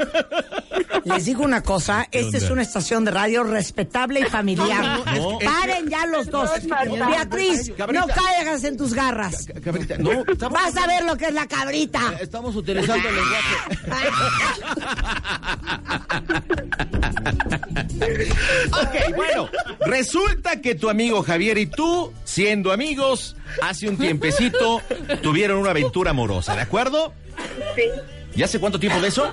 Les digo una cosa, esta es
onda?
una estación de radio respetable y familiar.
No.
Paren ya los dos.
Marta.
Beatriz, no
Cabrita.
caigas en tus garras.
Cabrita, no, estamos,
Vas a ver lo que es la cabrita.
estamos utilizando el lenguaje. Ok, bueno, resulta que tu amigo Javier y tú, siendo amigos, hace un tiempecito tuvieron una aventura amorosa, ¿de acuerdo?
Sí.
¿Y hace cuánto tiempo de eso?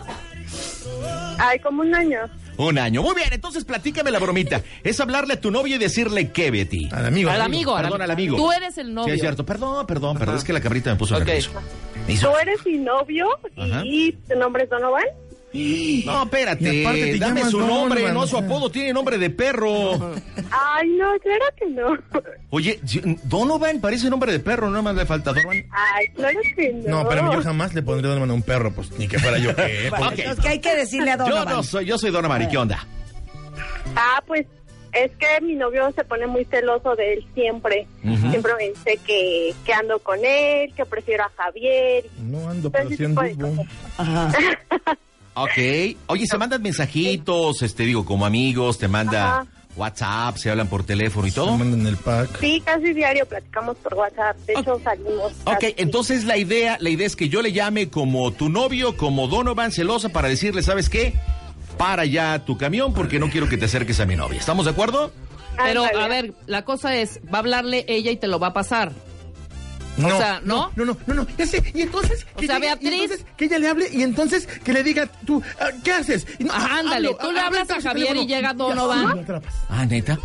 Ay, como un año.
Un año. Muy bien, entonces platícame la bromita. Es hablarle a tu novio y decirle qué, Betty.
Al amigo.
Al amigo,
Perdón, al amigo.
Tú eres el novio.
Sí, es cierto. Perdón, perdón, perdón. Es que la cabrita me puso
Ok.
nervioso. Me hizo-
Tú eres mi novio
Ajá.
y tu nombre es Donovan.
No, espérate.
Y aparte te
Dame
llamas
su nombre,
Donovan,
no
o
su
sea.
apodo. Tiene nombre de perro.
Ay, no, claro que no.
Oye, Donovan parece nombre de perro. No más le falta Donovan.
Ay, claro que no.
No, pero yo jamás le pondría de mano a un perro, pues ni que fuera yo que.
Bueno,
Ok.
entonces, ¿qué hay que decirle a
Yo
Donovan?
no soy, yo soy Donovan. ¿Y qué onda?
Ah, pues es que mi novio se pone muy celoso de él siempre. Siempre me dice que, que ando con él, que prefiero a Javier.
No ando,
Pero
pero
sí
sí
se puede
anduvo.
Ok. Oye, se mandan mensajitos, este, digo, como amigos, te manda
Ajá.
WhatsApp, se hablan por teléfono y
Me
todo.
mandan el pack.
Sí, casi diario platicamos por WhatsApp. De hecho, salimos.
Ok,
casi.
entonces la idea, la idea es que yo le llame como tu novio, como Donovan celosa para decirle, ¿sabes qué? Para ya tu camión porque no quiero que te acerques a mi novia. ¿Estamos de acuerdo?
Pero,
Ándale.
a ver, la cosa es, va a hablarle ella y te lo va a pasar.
No,
o sea, ¿no?
No, no, no, no, ya sé. Y entonces.
O sea, Beatriz.
y entonces que ella le hable y entonces que le diga tú, ah, ¿qué haces? Y no, ah,
Ándale,
hablo,
tú le
ah,
hablas
habla,
a Javier
teléfono.
y llega
Ya,
Donovan.
sí, lo atrapas.
Ah, neta.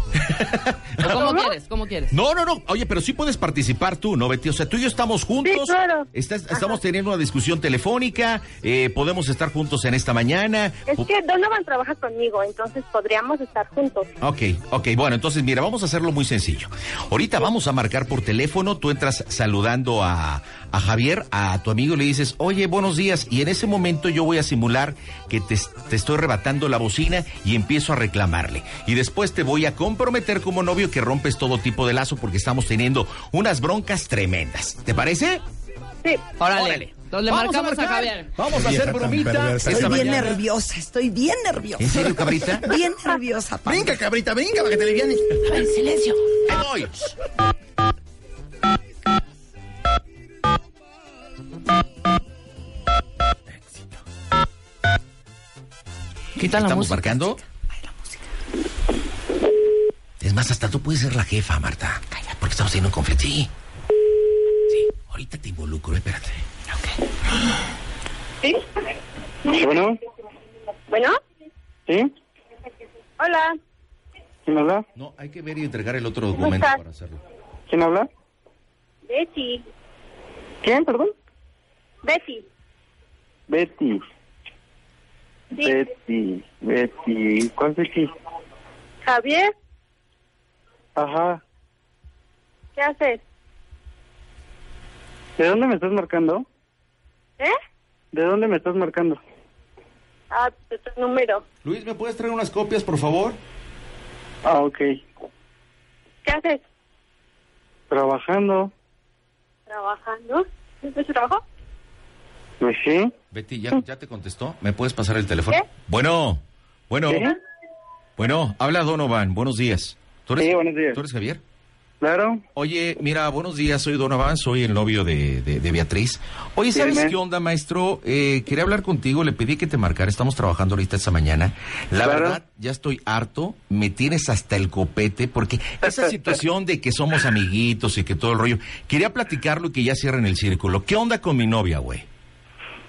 ¿O ¿Cómo quieres? ¿Cómo quieres?
No, no, no. Oye, pero sí puedes participar tú, ¿no, Betty? O sea, tú y yo estamos juntos.
Sí, claro.
Estás- estamos teniendo una discusión telefónica. eh, podemos estar juntos en esta mañana.
Es que Donovan trabaja conmigo, entonces podríamos estar juntos.
Ok, ok, bueno, entonces mira, vamos a hacerlo muy sencillo. Ahorita vamos a marcar por teléfono, tú entras salu- saludando a, a Javier, a tu amigo, y le dices, oye, buenos días. Y en ese momento yo voy a simular que te, te estoy arrebatando la bocina y empiezo a reclamarle. Y después te voy a comprometer como novio que rompes todo tipo de lazo porque estamos teniendo unas broncas tremendas. ¿Te parece?
Sí.
Órale. Entonces le
Vamos a
marcamos a,
marcar.
Javier.
Vamos a hacer bromita.
Estoy bien nerviosa, estoy bien nerviosa.
¿En serio, cabrita?
Bien nerviosa. Pati.
Brinca, cabrita, brinca para que te alivianes.
En silencio.
voy.
Quita la
¿Estamos
música,
marcando? Es más, hasta tú puedes ser la jefa, Marta. Porque estamos teniendo un conflicto. Sí. Sí, ahorita te involucro, espérate.
¿Sí?
Bueno,
¿Bueno?
¿sí?
Hola,
¿Quién habla?
No, hay que ver y entregar el otro
¿cómo
documento
estás?
para hacerlo.
¿Quién habla?
Betty.
¿Quién, perdón?
Betty.
Betty.
Sí.
Betty, Betty. ¿Cuál Betty?
Javier,
Ajá.
¿qué haces?
¿De dónde me estás marcando?
¿Eh?
¿De dónde me estás marcando?
Ah, pues, tu número.
Luis, ¿me puedes traer unas copias, por favor?
Ah, ok.
¿Qué haces?
Trabajando.
¿Trabajando? ¿Es tu trabajo?
Pues sí.
Betty, ¿ya, ya te contestó? ¿Me puedes pasar el teléfono? Bueno, bueno.
¿Sí?
Bueno, habla Donovan, buenos días. ¿Tú eres, sí, buenos días. ¿Tú eres Javier?
Claro.
Oye, mira, buenos días, soy Donovan, soy el novio de, de- de Beatriz. Oye,
Sí,
¿sabes
dime.
qué onda, maestro? Eh, quería hablar contigo, le pedí que te marcara, estamos trabajando ahorita esta mañana. La
Claro.
verdad, ya estoy harto, me tienes hasta el copete, porque esa situación de que somos amiguitos y que todo el rollo, quería platicarlo y que ya cierren el círculo. ¿Qué onda con mi novia, güey?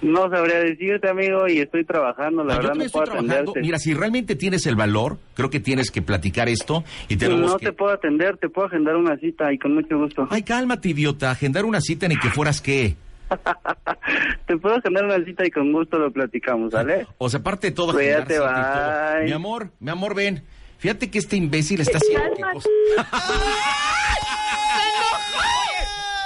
No sabría decirte, amigo, y estoy trabajando, la
Ah, yo
verdad
también
no
estoy
puedo
trabajando.
atenderte.
Mira, si realmente tienes el valor, creo que tienes que platicar esto y tenemos
no
que...
te puedo atender, te puedo agendar una cita y con mucho gusto.
Ay, cálmate, idiota. Agendar una cita ni que fueras qué.
Te puedo agendar una cita y con gusto lo platicamos, ¿vale?
O sea, aparte de todo, agendar
Cuídate,
cita y todo.
bye.
Mi amor, mi amor, ven. Fíjate que este imbécil está haciendo qué cosa.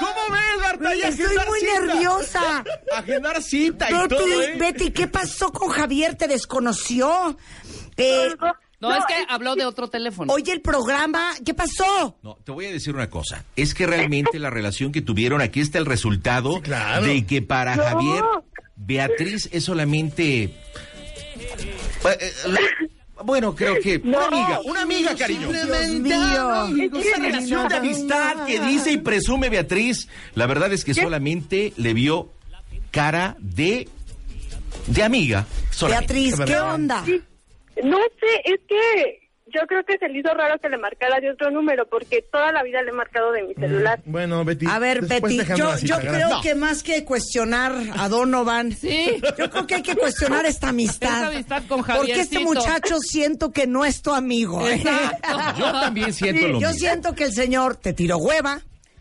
¿Cómo ves, Marta?
Oye, estoy muy nerviosa. pues,
Agendar cita ¿eh?
Betty, Betty, ¿qué pasó con Javier? ¿Te desconoció? Eh,
No, es que habló de otro teléfono.
Oye, el programa, ¿qué pasó?
No, te voy a decir una cosa. Es que realmente la relación que tuvieron, aquí está el resultado de que para
No.
Javier, Beatriz es solamente. Bueno, eh, la- Bueno, creo que. Una amiga, una amiga, cariño.
Simplemente amigos,
Esa relación de amistad que dice y presume Beatriz, la verdad es que solamente le vio cara de. de amiga. solamente.
Beatriz, ¿qué onda?
No sé, es que yo creo que se le hizo raro que le marcara de otro número porque toda la vida le he marcado de mi celular.
Bueno, Betty.
A ver,
pues,
después
Betty,
dejamos
yo,
así,
yo
la
creo
gran-
que más que cuestionar a Donovan, yo creo que hay que cuestionar esta amistad.
Esta amistad con
porque este
Javiercito.
muchacho siento que no es tu amigo. ¿eh?
Yo también siento lo
Yo
mismo.
siento que el señor te tiró hueva.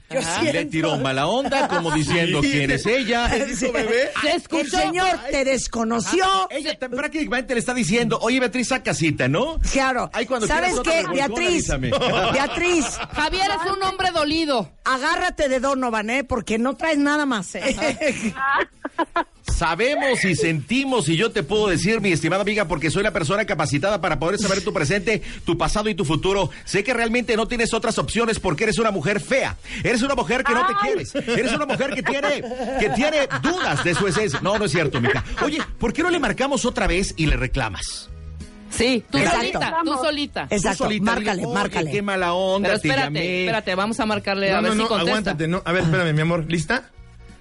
Yo
Ajá.
siento-
Le tiró mala onda, como diciendo
Sí.
quién es ella.
¿Te dijo bebé?
¿Se
El
escuchó?
señor te desconoció.
Ella te- prácticamente le está diciendo, oye Beatriz, saca cita, ¿no?
Claro.
Ay, cuando
¿Sabes
quieras otro
qué,
revolcón,
Beatriz?
avísame.
Beatriz,
Javier es un hombre dolido.
agárrate de Donovan, ¿eh? Porque no traes nada más, ¿eh?
Sabemos y sentimos, y yo te puedo decir, mi estimada amiga, porque soy la persona capacitada para poder saber tu presente, tu pasado y tu futuro. Sé que realmente no tienes otras opciones porque eres una mujer fea. Eres una mujer que no te quieres. Eres una mujer que tiene, que tiene dudas de su esencia. No, no es cierto, mija. Oye, ¿por qué no le marcamos otra vez y le reclamas?
Sí, tú
Exacto.
solita, tú solita.
Tú
Exacto,
solita,
márcale,
dile, "Oye,
márcale.
Qué mala onda,
Pero
te
espérate,
llamé".
espérate, vamos a marcarle a
No,
ver
no,
si
no,
contesta.
aguántate. No. A ver, espérame, mi amor. ¿Lista?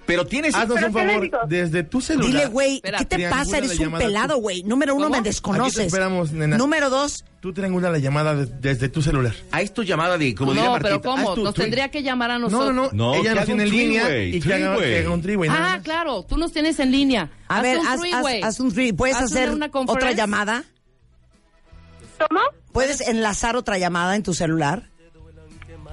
Pero tienes
Haznos
Pero
un
¿qué le
favor.
digo?
Desde tu celular.
Dile, güey,
Espera,
¿qué te
triangula
pasa?
la
Eres un
llamada.
pelado, güey. Número uno,
¿Cómo?
me
Aquí te
desconoces.
esperamos, nena.
Número dos,
Tú triangula la llamada de- desde tu celular.
A esto llamada de, como diría
no,
Martita,
pero ¿cómo?
haz tu
Nos
tweet.
tendría que llamar a
No, no,
nosotros.
no.
No, que
Ella
haga
nos tiene
un
en línea
three-way,
y que haga,
three-way.
que haga un triway.
Ah, claro, tú nos tienes en línea.
a ver, haz, haz-
freeway.
haz un free. ¿Puedes
Haz una-
hacer
una
otra
conference.
llamada?
¿Cómo?
¿Puedes enlazar otra llamada en tu celular?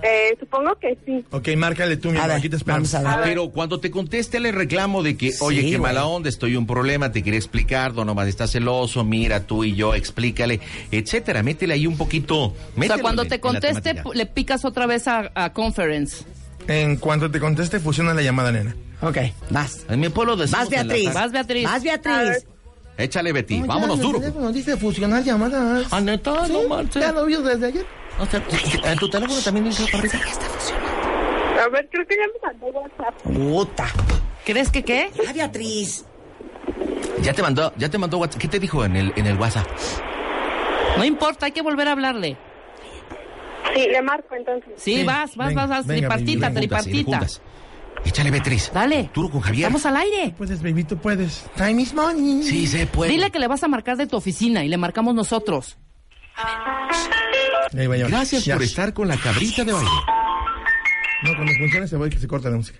Eh, supongo que sí.
Ok, márcale tú, mi
A
amor.
ver,
Aquí te esperamos.
vamos a ver.
Pero cuando te conteste le reclamo de que,
Sí,
oye, qué
güey.
mala onda, estoy un problema, te quería explicar, Donovan está celoso, mira tú y yo, explícale, etcétera, métele ahí un poquito.
O sea,
mételo
cuando
en-
te
en la
conteste,
temática.
pu- le picas otra vez a, a conference.
En cuanto te conteste, fusiona la llamada, nena.
Ok, vas.
En mi pueblo
Vas, Beatriz.
Beatriz.
Vas, Beatriz.
Échale, Betty.
No, ya,
Vámonos
los
duro.
teléfonos dice fusionar llamadas.
Ah, neta,
¿Sí?
no marches.
Ya lo vio desde ayer.
O sea, en tu teléfono también dice para arriba.
A ver, creo que ya me mandó WhatsApp.
Puta.
¿Crees que qué?
Ah, Beatriz.
Ya te mandó, ya te mandó WhatsApp. ¿Qué te dijo en el, en el WhatsApp?
No importa, hay que volver a hablarle.
Sí, le marco entonces.
Sí,
Sí,
vas, vas,
venga,
vas, vas.
venga, baby,
tripartita,
venga.
tripartita.
Juntas, sí, Échale, Beatriz. Dale. Duro con Javier.
Vamos al aire.
Puedes, baby, tú puedes. Time is money.
Sí, se puede.
Dile que le vas a marcar de tu oficina y le marcamos nosotros.
Gracias
Ya.
por estar con la cabrita de baile.
No, cuando funcione se va y que se corta la música.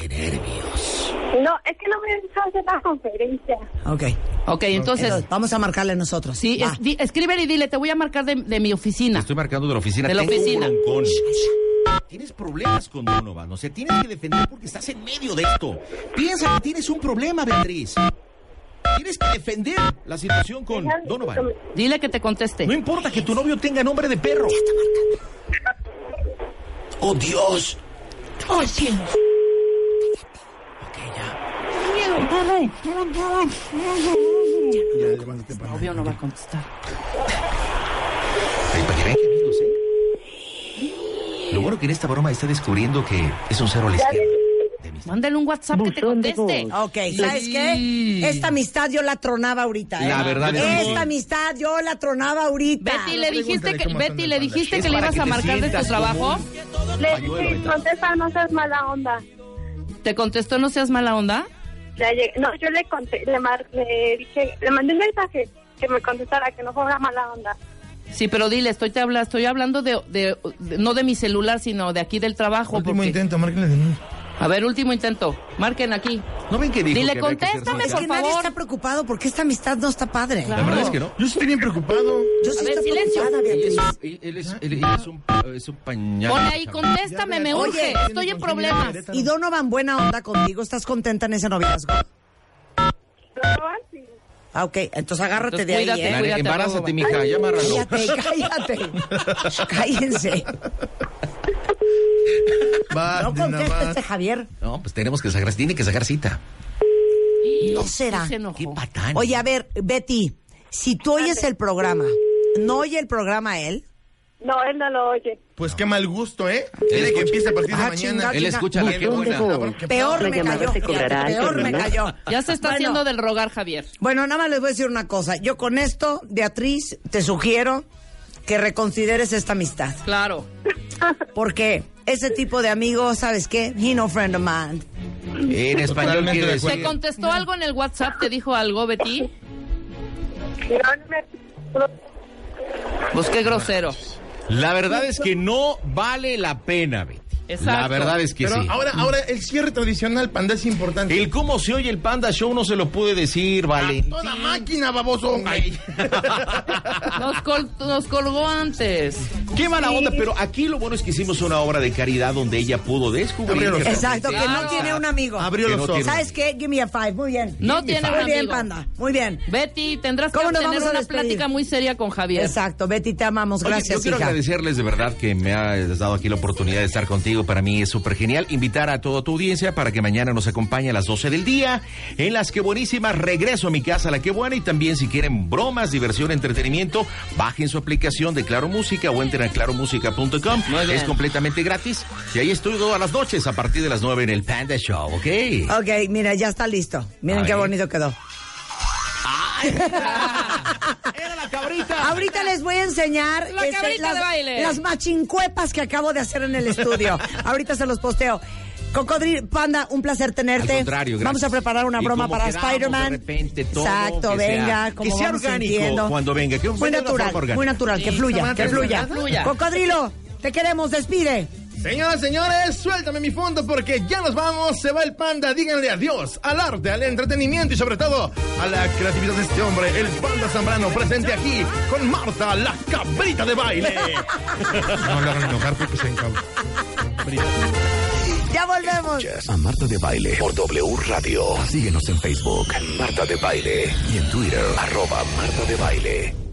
Qué nervios.
No, es que no me han hecho hacer la conferencia.
Ok.
Ok, entonces.
Vamos a marcarle nosotros.
Sí,
Va.
es- di- escríbele y dile, te voy a marcar de, de mi oficina.
Estoy marcando de la oficina.
De la
Tengo un
oficina.
broncón. Tienes problemas con Donovan. O sea, tienes que defender porque estás en medio de esto. Piensa que tienes un problema, Beatriz. Tienes que defender la situación con Donovan.
Dile que te conteste.
No importa que tu novio tenga nombre de perro. ¡Oh, Dios!
¡Oh, cielo!
Ya, levántate para
Obvio no va a contestar.
Ay, para que vean qué amigos, ¿eh? Lo bueno que en esta broma está descubriendo que es un cero a la izquierda.
Mándale un WhatsApp que te conteste.
Ok, ¿sabes qué? Esta amistad yo la tronaba ahorita. ¿eh?
La verdad es que
Esta
sí.
amistad yo la tronaba ahorita.
Ah,
Betty, le dijiste
pregúntale
que,
cómo están
Betty,
de
le
espaldas.
dijiste
Es
que le
para
ibas
que
a
te
marcar de tu
sientas como
trabajo.
Le
Pañuelo,
dije,
¿verdad?
contesta, no seas mala onda.
¿Te contestó no seas mala onda?
Ya llegué- No, yo le conté, le, mar- le dije, le mandé un mensaje que me contestara, que no fuera mala onda.
Sí, pero dile, estoy, te habla, estoy hablando de, de- de- no de mi celular, sino de aquí del trabajo.
Último
porque-
intento, márquenle de nuevo.
A ver, último intento. Marquen aquí.
¿No ven que dijo
Dile,
que había que ser
contéstame,
Es
sincero?
que
Por
nadie
favor.
está preocupado porque esta amistad no está padre.
La verdad es que no.
Yo estoy bien preocupado.
Yo sí
A ver,
estoy
silencio.
preocupada, Beatriz.
Él, él es, él es un, es un pañal.
Ponle ahí,
chaval.
contéstame, me
Oye,
urge. Estoy en problemas.
Y Donovan, buena onda contigo. ¿Estás contenta en ese noviazgo?
Pero, sí.
Ah, ok. Entonces agárrate
Entonces,
de ahí,
cuídate,
¿eh?
cuídate.
Embarázate,
arroba.
mija, ya amárralo.
Cállate, cállate. Cállense.
Va,
No
nena,
contesta
va.
este Javier.
No, pues tenemos que sacar, tiene que sacar cita.
No será.
Se
Qué
enojó.
patán.
Oye, a ver, Betty, si tú oyes el programa, ¿no oye el programa él?
No, él no lo oye.
Pues qué mal gusto, ¿eh? Tiene que empiece a partir de
Ah,
mañana.
chingada.
él escucha la
Qué
que buena.
Peor me
llamada
cayó.
te cobrará
fíjate,
alto,
Peor me
¿no?
cayó.
Ya se está
Bueno,
haciendo del rogar, Javier.
Bueno, nada más les voy a decir una cosa. Yo con esto, Beatriz, te sugiero que reconsideres esta amistad.
Claro.
Porque ese tipo de amigos, ¿sabes qué? He no friend of mine.
En español
Totalmente
quiere
de
decir.
¿Te contestó algo en el WhatsApp? ¿Te dijo algo, Betty?
No, no me-
Pues qué grosero.
La verdad es que no vale la pena, Betty.
Exacto.
La verdad es que
Pero
sí.
ahora, ahora, el cierre tradicional, panda, es importante.
El cómo se oye el Panda Show no se lo pude decir, vale.
Ah,
Toda máquina, baboso. Ay.
Nos, col- nos colgó antes.
Qué mala onda, pero aquí lo bueno es que hicimos una obra de caridad donde ella pudo descubrir.
Abrieron los
que
ojos.
Exacto, que no
Ah.
Claro.
tiene un amigo.
Abrió
Que
los
no
ojos.
tiene-
¿Sabes qué? Give me a five. Muy bien.
No tiene
Muy
un
bien,
amigo.
panda. Muy bien.
Betty, tendrás que
¿Cómo nos
tener
vamos a
una
despedir?
plática muy seria con Javier.
Exacto, Betty, te amamos.
Oye,
Gracias,
yo quiero
hija.
agradecerles de verdad que me has dado aquí la oportunidad de estar contigo. Para mí es súper genial. Invitar a toda tu audiencia para que mañana nos acompañe a las 12 del día. En las que buenísimas, regreso a mi casa, la que buena. Y también, si quieren bromas, diversión, entretenimiento, bajen su aplicación de Claro Música o entren a claromúsica.com.
Muy bien.
Es completamente gratis. Y ahí estoy todas las noches a partir de las 9 en el Panda Show, ¿ok?
Ok, mira, ya está listo. Miren
A
qué
ver.
bonito quedó.
¡Era la cabrita!
Ahorita les voy a enseñar este,
La cabrita
las,
de baile.
las machincuepas que acabo de hacer en el estudio. Ahorita se los posteo. Cocodril, Panda, un placer tenerte.
Al contrario, gracias.
Vamos a preparar una
Y
broma
como
para
quedamos,
Spider-Man.
de repente, todo,
Exacto,
que
venga,
sea-
como
que sea
vamos
orgánico
sintiendo.
cuando venga, que
muy
venga de una
natural,
forma orgánica.
muy natural, que
Sí,
fluya, que
Samantha,
fluya.
¿verdad?
Fluya.
Cocodrilo, te queremos, despide.
Señoras, señores, suéltame mi fondo porque ya nos vamos. Se va el panda. Díganle adiós al arte, al entretenimiento y sobre todo a la creatividad de este hombre, el panda Zambrano, presente aquí con Marta, la cabrita de baile. no le hagan enojar porque se encabra.
Ya volvemos.
A Marta de Baile por W Radio. Síguenos en Facebook, Marta de Baile. Y en Twitter, arroba Marta de Baile.